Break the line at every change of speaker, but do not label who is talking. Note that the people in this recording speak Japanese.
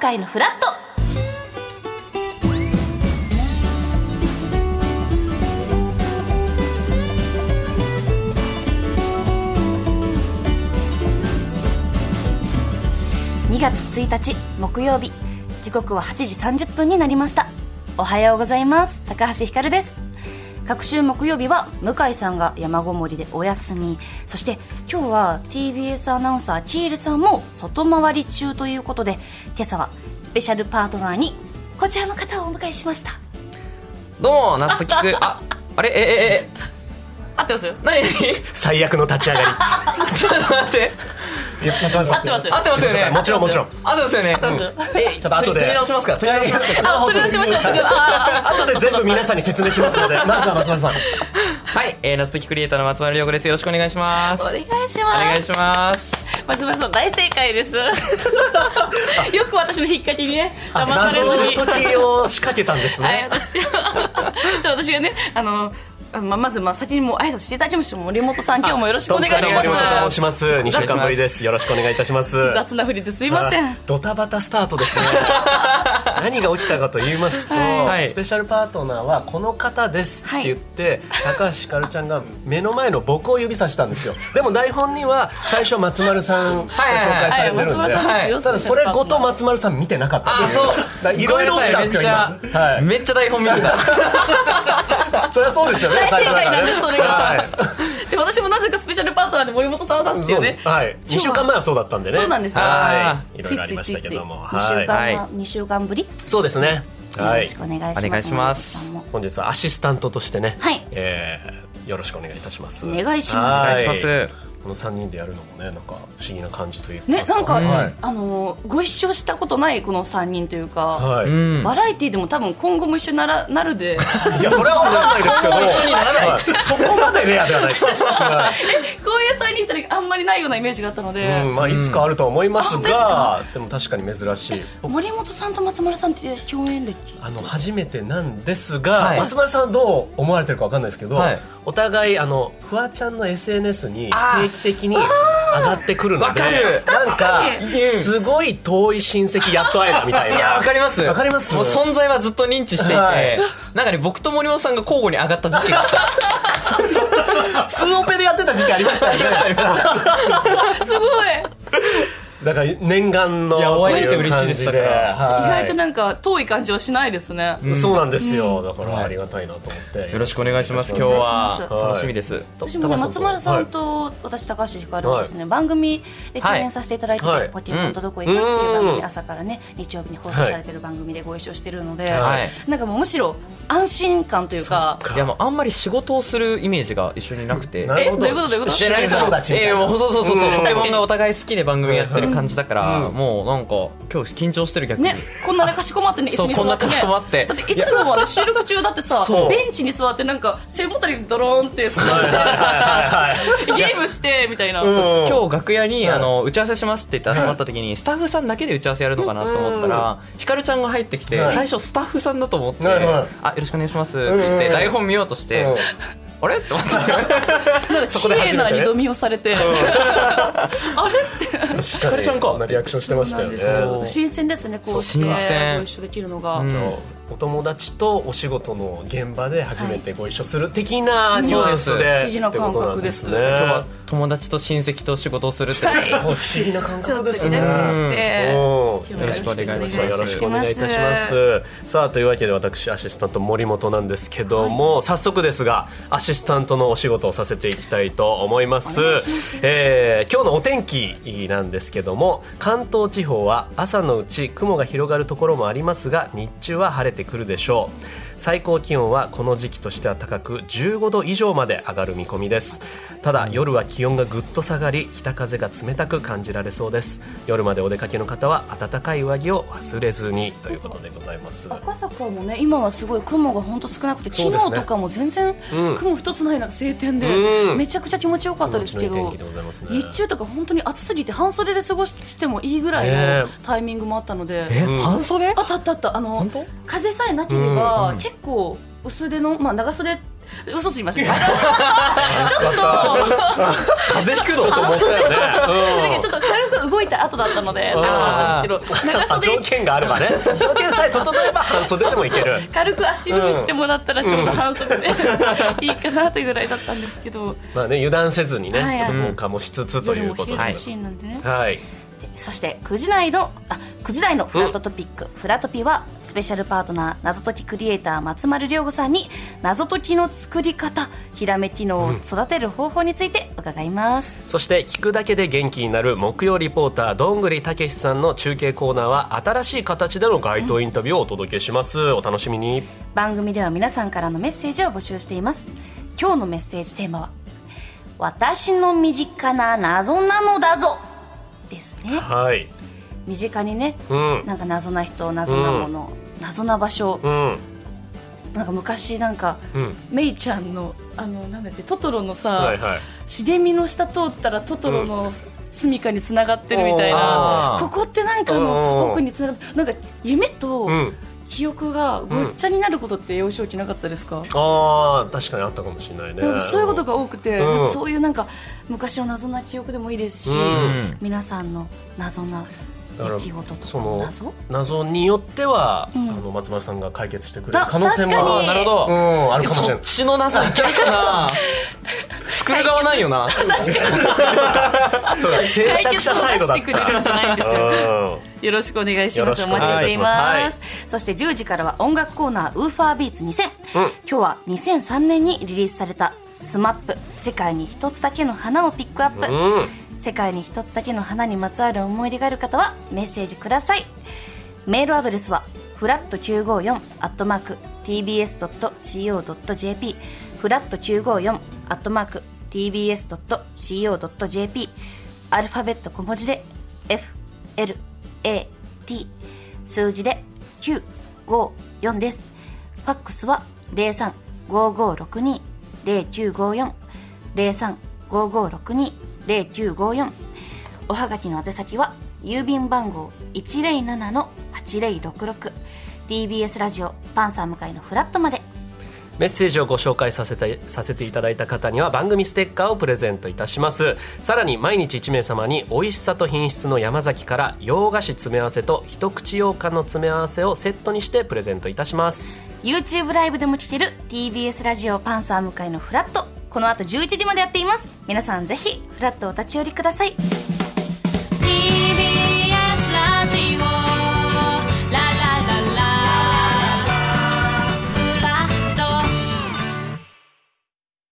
界のフラット2月1日木曜日時刻は8時30分になりましたおはようございます高橋ひかるです各週木曜日は向井さんが山ごもりでお休みそして今日は TBS アナウンサーキールさんも外回り中ということで今朝はスペシャルパートナーにこちらの方をお迎えしました
どうも、ナスとキク。あ、あれ、え、え、え、
合ってますよ
なになに
最悪の立ち上がり
ちょっと待って。
いや松丸さん
合ってます
合ってますよね。
もちろんもちろん
合ってますよね。
合ってます
うんえ、
ちょっと後で
取り直しますか。取り直しますか。
あ、取り出しましょう取り出しあ
後で全部皆さんに説明しますのでまずは 松丸さん
はい、えー、ナスとキクリエイターの松丸亮吾です。よろしくお願いします。
お
お
願いし
願
ま
い
す
します。
松村さん大正解で すよく私の引っ掛けにね騙
あ
され
謎の
ずに
時を仕掛けたんです
はい
ね
私 そう私がねあのあのまあまずまあ先にもう挨拶していただきましょう森本さん今日もよろしくお願いし
どうも
ま
森本と申
す
します二週間ぶりですよろしくお願いいたします
雑なふりですいません
あドタバタスタート ですね何が起きたかと言いますと、
はい
スペシャルパートナーはこの方ですって言って、高橋ひかるちゃんが目の前の僕を指さした んですよでも台本には最初松丸さんを紹介されてる
はいはいはい
んで、
松丸さんですよ
ただそれごと松丸さん見てなかったってい
あ、そう。
いろいろ起きたんですよ
めっちゃ、
今はい
めっちゃ台本見て た。
そりゃそうですよね
大正解なんですそれが
はい
で私もなぜかスペシャルパートナーで森本さんを指すっていうね
そうはい
今日は
2週間前はそうだったんでね
そうなんですよ
は
あ
いいろいろありましたけども
2週間
は
はい
は2週間ぶり、
いそうですねは
よろ
い
しくお願いします
お願いします
森
本日はアシスタントとしてね、
はい
えーよろしくお願いいたします
お願いします
お願
はい
します。
この三人でやるのもねなんか不思議な感じというか
ねなんか、
はい、
あのご一緒したことないこの三人というか、
はい
うん。
バラエティーでも多分今後も一緒にならなるで
いやそれは分かんないですけど一緒にならない、そこまでレアではないですは
こういう3人ってあんまりないようなイメージがあったので、
いうんまあいつかあるとは思いますが、でも確かに珍しい僕
森本さんと松丸さんって共演歴
あの初めてなんですが、
はい
松丸さんどう思われてるかわかんないですけど、
はい
お互いあのフワちゃんの SNS に
あー
定期的に上がってくるの
わ
で
かる
なん
確
か
か
に
すごい遠い親戚やっと会えたみたい
い
な
や、わかります。
わかります
もう存在はずっと認知していて、
はい
なんかね、僕と森本さんが交互に上がった時期があった。
ツーオペでやってた時期ありましたよね
すごい
だから念願の
いやお会いできて
とう感じ
嬉しいですだから
意
はい
外となんか遠い感じはしないですね、
うんそうなんですよ、だから
はい
ありがたいなと思って
よろしくお願いします。今日
お願いし
は
ます
楽しみです。
私もね
高橋
松丸さ
は
ん
い
と私高橋ひかるはですね、番組で共演させていただいてて、
はい
ポケモンとどこ行く」っていう番組朝からね日曜日に放送されてる番組でご一緒してるので、
はい
なんかもうむしろ安心感というか
いやもうあんまり仕事をするイメージが一緒になくて。
なるほど
えどういうことどういうこと
知らない友達み
え
たい
え
な
もうそうそうそうそう、
うん
ポケモンがお互い好きで番組やってる感じだから、
うん
もうなんか今日緊張してる逆に、
ね、こんなかしこまってね、
そう
椅子に座
こんなかしこまって
だっていつもはね収録中だってさ
そう
ベンチに座ってなんか背もたれにドローンって座ってゲームしてみたいな、
ん
今日楽屋に、
は
あ
い
の打ち合わせしますって言って集まった時に、スタッフさんだけで打ち合わせやるのかなと思ったら、ひかるちゃんが入ってきて、
はい
最初スタッフさんだと思って、
はいはい
あよろしくお願いしますって言っ
う
て
ん
台本見ようとして、
うん
あれって思って
なんか綺麗な二度見をされて、あれって
確
ひか
か
る
に
ちゃんか
そんなリアクションしてましたよね
そう
新鮮ですねこうして
新鮮
ご一緒できるのが、
うん
お友達とお仕事の現場で初めてご一緒する的なニュアンスで、
はい
っ
不思議な感覚です
てこと
今日
な
は
ん
友達と親戚と仕事をするって、
はい
ねもう不思議な感
ちょ
覚
っと
で
リ
すね。
ラックスし
う
て、
ん
今日も
よろしくお願いいたします。さあというわけで私アシスタント森本なんですけども、早速ですがアシスタントのお仕事をさせていきたいと思います。
お願いします
えー今日のお天気なんですけども関東地方は朝のうち雲が広がるところもありますが日中は晴れてくるでしょう最高気温はこの時期としては高く15度以上まで上がる見込みですただ夜は気温がぐっと下がり北風が冷たく感じられそうです夜までお出かけの方は暖かい上着を忘れずにということでございます
赤坂もね今はすごい雲が本当少なくて、
そ
昨
うですね
日とかも全然
うん
雲一つないなんか晴天で、
うん
めちゃくちゃ気持ちよかったですけ
気持ちのい
ど
い天気でございますね
日中とか本当に暑すぎて半袖で過ごしてもいいぐらい
ね
のタイミングもあったので、
え
うん
半袖
あったあったあったあの
本当
風さえなければ、
うんうん
結構薄手のまあ長袖嘘つきましたねちょっと
風邪ひくの
ちょっと思ったよね、
ちょっと軽く動い
いた後だったので長かったんですけど長
あ
袖
条件があれ ばね条件さえ整えば半袖でもいける
軽く足踏みしてもらったらちょうど半袖で、 いいかなというぐらいだったんですけど
まあね油断せずにね、
はいはい
ちょっと防火もしつつと
夜
いう
も
こ
冷
とで、
え
は
る
い
シーンなんでね
はい、
そして9時台のあ9時台のフラットトピック、フラトピはスペシャルパートナー謎解きクリエイター松丸亮吾さんに謎解きの作り方ひらめきのを育てる方法について伺います、
そして聞くだけで元気になる木曜リポーターどんぐりたけしさんの中継コーナーは新しい形での街頭インタビューをお届けします、お楽しみに
番組では皆さんからのメッセージを募集しています今日のメッセージテーマは「私の身近な謎なのだぞ」ですね
はい
身近にね
うん
なんか謎な人謎なもの、謎な場所
うん
なんか昔なんか
うん
メイちゃんのあのなんだっけトトロのさ、
はいはい
茂みの下通ったらトトロの住処につながってるみたい
あ
な、
ー
ここってなんかあ
うん
の奥につながってなんか夢
う
と
ん
記憶がごっちゃになることって幼少期なかったですか、
あー確かにあったかもしれないね
なんかそういうことが多くて、
うん
そういうなんか昔の謎な記憶でもいいですし、
うん
皆さんの謎な
だから
出来事とか
その
謎
謎によっては、
ん
あの松丸さんが解決してくれる
あ
可能性
確
も
か
あ
に
なるほ
う
ど、
んあるかもしれ
そ
な
っ
い
ちの謎いけるか な作る側ないよな
そうだ制
解決
作者
を出
サイド
し
だって
くれるんじゃないんですよ
た
よろしくお願いし
よろ
ま
し
す
く
お
お願
待
い
ち
し
してい
ます
ます
はい
そして10時からは音楽コーナー「ウーファービーツ2000」
うん
今日は2003年にリリースされた「スマップ世界に一つだけの花」をピックアップ、
うんうん
世界に一つだけの花にまつわる思い出がある方はメッセージくださいメールアドレスはフラット954アットマーク tbs.co.jp フラット954アットマーク tbs.co.jp アルファベット小文字で FLAT 数字で954ですファックスは0355620954 0355620954おはがきの宛先は郵便番号 107-8066TBS ラジオパンサー向かいのフラットまで
メッセージをご紹介させてさせていただいた方には番組ステッカーをプレゼントいたしますさらに毎日1名様に美味しさと品質の山崎から洋菓子詰め合わせと一口羊羹の詰め合わせをセットにしてプレゼントいたします
YouTube ライブでも聴ける TBS ラジオパンサー向かいのフラットこの後11時までやっています皆さんぜひフラットお立ち寄りください